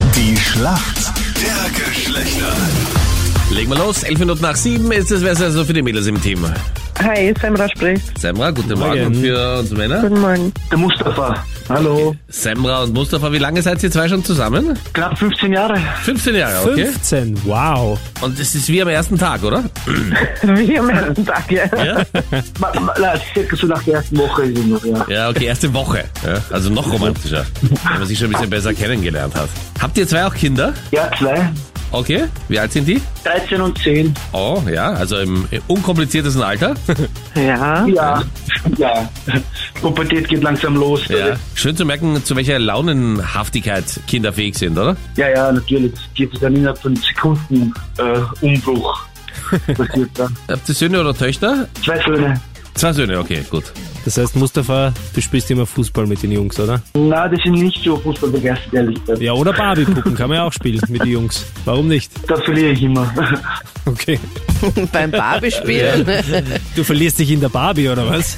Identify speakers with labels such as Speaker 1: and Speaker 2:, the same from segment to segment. Speaker 1: Die Schlacht der Geschlechter.
Speaker 2: Legen wir los. Elf Minuten nach sieben ist das Wetter also für die Mädels im Team.
Speaker 3: Hi, Samra spricht.
Speaker 2: Semra, guten Morgen,
Speaker 4: Morgen.
Speaker 2: für uns Männer.
Speaker 3: Guten Morgen.
Speaker 5: Der Mustafa. Hallo.
Speaker 2: Semra und Mustafa, wie lange seid ihr zwei schon zusammen?
Speaker 5: Knapp 15 Jahre.
Speaker 2: 15 Jahre, okay.
Speaker 4: 15, wow.
Speaker 2: Und es ist wie am ersten Tag, oder?
Speaker 3: Wie am ersten Tag, ja.
Speaker 2: Ja,
Speaker 5: Ma, ma, na, circa so nach der ersten Woche sind wir, ja.
Speaker 2: ja okay, erste Woche. Ja, also noch romantischer, wenn man sich schon ein bisschen besser kennengelernt hat. Habt ihr zwei auch Kinder?
Speaker 5: Ja, zwei.
Speaker 2: Okay, wie alt sind die?
Speaker 5: 13 und 10.
Speaker 2: Oh, ja, also im unkompliziertesten Alter.
Speaker 3: Ja.
Speaker 5: Ja. Ja. Pubertät geht langsam los.
Speaker 2: Ja. Schön zu merken, zu welcher Launenhaftigkeit Kinder fähig sind, oder?
Speaker 5: ja, ja, natürlich. Geht es dann innerhalb von Sekunden äh, Umbruch. Passiert dann.
Speaker 2: Habt ihr Söhne oder Töchter?
Speaker 5: Zwei Söhne.
Speaker 2: Zwei Söhne, okay, gut.
Speaker 4: Das heißt, Mustafa, du spielst immer Fußball mit den Jungs, oder?
Speaker 5: Na, die sind nicht so fußballbegeistert, ehrlich gesagt.
Speaker 4: Ja, oder Barbie-Puppen kann man ja auch spielen mit den Jungs. Warum nicht?
Speaker 5: Da verliere ich immer.
Speaker 4: Okay.
Speaker 6: beim Barbie-Spielen.
Speaker 4: Du verlierst dich in der Barbie, oder was?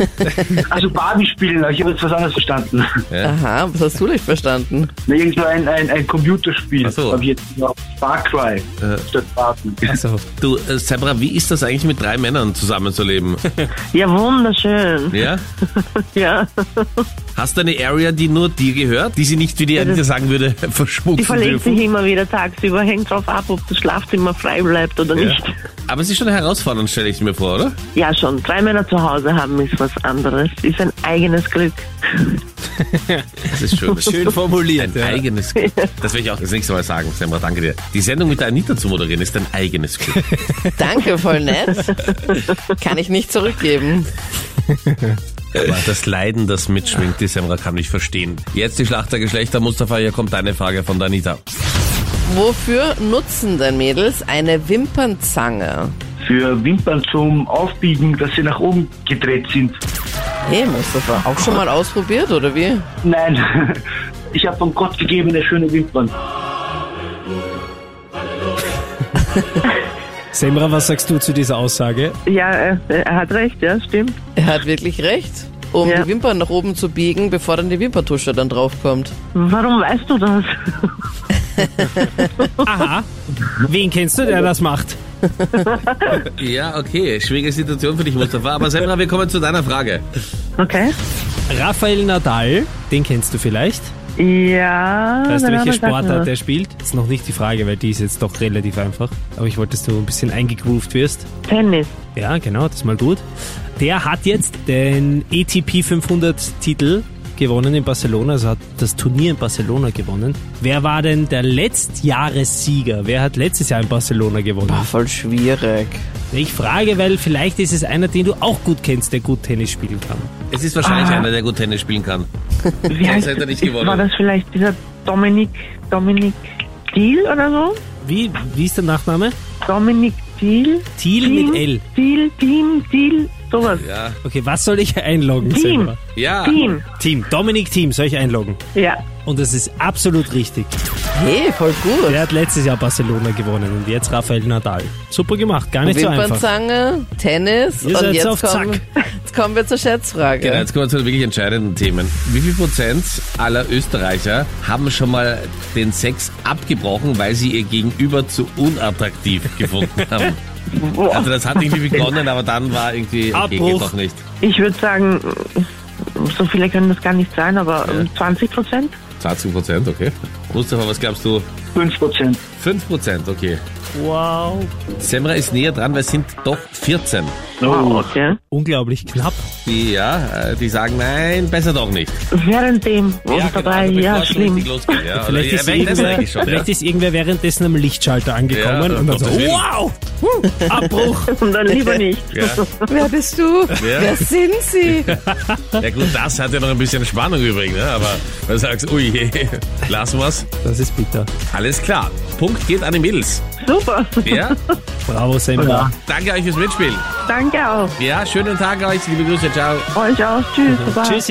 Speaker 5: Also Barbie spielen, ich habe jetzt was anderes verstanden.
Speaker 6: Aha, was hast du nicht verstanden?
Speaker 5: Na, Irgend so ein, ein, ein Computerspiel.
Speaker 2: Ach so.
Speaker 5: Hab ich jetzt noch Far Cry statt Barbie.
Speaker 4: Also,
Speaker 2: Du, äh, Sabra, wie ist das eigentlich mit drei Männern zusammenzuleben?
Speaker 3: Ja, wunderschön.
Speaker 2: Ja?
Speaker 3: Ja.
Speaker 2: Hast du eine Area, die nur dir gehört, die sie nicht, wie die Anita sagen würde, verschmutzen
Speaker 3: Die verlegt
Speaker 2: dürfen?
Speaker 3: sich immer wieder tagsüber, hängt drauf ab, ob das Schlafzimmer frei bleibt oder
Speaker 2: Ja.
Speaker 3: nicht.
Speaker 2: Aber es ist schon herausfordernd, stelle ich mir vor, oder?
Speaker 3: Ja, schon. Drei Männer zu Hause haben ist was anderes. Ist ein eigenes Glück.
Speaker 2: Das ist schön.
Speaker 4: schön formuliert.
Speaker 2: Ein eigenes Glück. Das will ich auch das nächste Mal sagen, Semra, danke dir. Die Sendung mit der Anita zu moderieren ist dein eigenes Glück.
Speaker 6: Danke, voll nett. Kann ich nicht zurückgeben.
Speaker 2: Aber das Leiden, das mitschwingt, die Semra kann nicht verstehen. Jetzt die Schlacht der Geschlechter. Mustafa, hier kommt deine Frage von der Anita.
Speaker 6: Wofür nutzen denn Mädels eine Wimpernzange?
Speaker 5: Für Wimpern zum Aufbiegen, dass sie nach oben gedreht sind.
Speaker 6: Hey, Mustafa, auch schon mal ausprobiert, oder wie?
Speaker 5: Nein, ich habe von Gott gegebene schöne Wimpern.
Speaker 4: Semra, was sagst du zu dieser Aussage?
Speaker 3: Ja, äh, er hat recht, ja, stimmt.
Speaker 6: Er hat wirklich recht. Um
Speaker 3: Ja.
Speaker 6: die Wimpern nach oben zu biegen, bevor dann die Wimpertusche dann draufkommt.
Speaker 3: Warum weißt du das?
Speaker 4: Aha. Wen kennst du, der das macht?
Speaker 2: Ja, okay. Schwierige Situation für dich, Mustafa. Aber Semra, wir kommen zu deiner Frage.
Speaker 3: Okay.
Speaker 4: Rafael Nadal, den kennst du vielleicht.
Speaker 3: Ja.
Speaker 4: Weißt du, welche
Speaker 3: Ah, der Name sagt mir
Speaker 4: Sportart
Speaker 3: was.
Speaker 4: er spielt? Das ist noch nicht die Frage, weil die ist jetzt doch relativ einfach. Aber ich wollte, dass du ein bisschen eingegroovt wirst.
Speaker 3: Tennis.
Speaker 4: Ja, genau, das ist mal gut. Der hat jetzt den E ATP 500 Titel gewonnen in Barcelona, also hat das Turnier in Barcelona gewonnen. Wer war denn der Letztjahressieger? Wer hat letztes Jahr in Barcelona gewonnen?
Speaker 6: Boah, Ah, voll schwierig.
Speaker 4: Ich frage, weil vielleicht ist es einer, den du auch gut kennst, der gut Tennis spielen kann.
Speaker 2: Es ist wahrscheinlich einer, der gut Tennis spielen kann.
Speaker 3: Wie heißt
Speaker 2: hätte er nicht
Speaker 3: ist-
Speaker 2: gewonnen.
Speaker 3: War das vielleicht dieser Dominik, Dominik Thiel oder so?
Speaker 4: Wie, wie ist der Nachname?
Speaker 3: Dominik Thiel?
Speaker 4: Thiel mit L.
Speaker 3: Thiel, Team, Thiel, sowas.
Speaker 2: Ja.
Speaker 4: Okay, was soll ich einloggen?
Speaker 3: Team.
Speaker 4: Sandra?
Speaker 2: Ja.
Speaker 3: Team,
Speaker 4: Team. Dominik Team soll ich einloggen.
Speaker 3: ja.
Speaker 4: Und das ist absolut richtig.
Speaker 6: Hey, voll gut.
Speaker 4: Der hat letztes Jahr Barcelona gewonnen und jetzt Rafael Nadal. Super gemacht, gar nicht so einfach.
Speaker 6: Wimpernzange, Tennis
Speaker 4: Ihr
Speaker 6: und
Speaker 4: seid's
Speaker 6: jetzt
Speaker 4: auf
Speaker 6: kommen, jetzt kommen wir zur Schätzfrage.
Speaker 2: Genau, jetzt kommen wir zu den wirklich entscheidenden Themen. Wie viel Prozent aller Österreicher haben schon mal den Sex abgebrochen, weil sie ihr Gegenüber zu unattraktiv gefunden haben? Also das hat irgendwie begonnen, aber dann war irgendwie, okay,
Speaker 4: Abbruch.
Speaker 2: geht doch nicht.
Speaker 3: Ich würde sagen, so viele können das gar nicht sein, aber ähm, 20 Prozent?
Speaker 2: 20 Prozent, okay. Mustafa, was glaubst du?
Speaker 5: 5%.
Speaker 2: 5 Prozent, okay.
Speaker 4: Wow.
Speaker 2: Semra ist näher dran, weil es sind doch 14.
Speaker 3: Oh, okay.
Speaker 4: Unglaublich knapp.
Speaker 2: Die, ja, äh, die sagen, nein, besser doch nicht.
Speaker 3: Währenddem und dabei,
Speaker 2: also bevor
Speaker 3: ja, genau,
Speaker 2: es so
Speaker 3: schlimm.
Speaker 2: richtig losgeht, Also ja.
Speaker 4: Vielleicht,
Speaker 2: Oder-
Speaker 4: ist,
Speaker 2: ja, das
Speaker 4: irgendwer,
Speaker 2: eigentlich schon, ja.
Speaker 4: vielleicht ist irgendwer währenddessen am Lichtschalter angekommen
Speaker 2: Ja,
Speaker 4: und dann
Speaker 2: um
Speaker 4: so, "Oh!"
Speaker 2: Gottes Willen.
Speaker 4: wow, huh, Abbruch.
Speaker 3: Und dann lieber nicht.
Speaker 2: Ja.
Speaker 6: Wer bist du? Wer sind sie?
Speaker 2: Ja gut, das hat ja noch ein bisschen Spannung übrig, ne? aber wenn du sagst, ui, je, lassen wir's.
Speaker 4: Das ist bitter.
Speaker 2: Alles klar, Punkt geht an die Mädels.
Speaker 3: Super,
Speaker 2: Ja?
Speaker 4: Bravo, Semra.
Speaker 2: Danke euch fürs Mitspielen.
Speaker 3: danke auch.
Speaker 2: Ja, schönen Tag euch, liebe Grüße, ciao.
Speaker 3: Euch auch, Mhm. tschüss. Baba.
Speaker 4: Tschüss.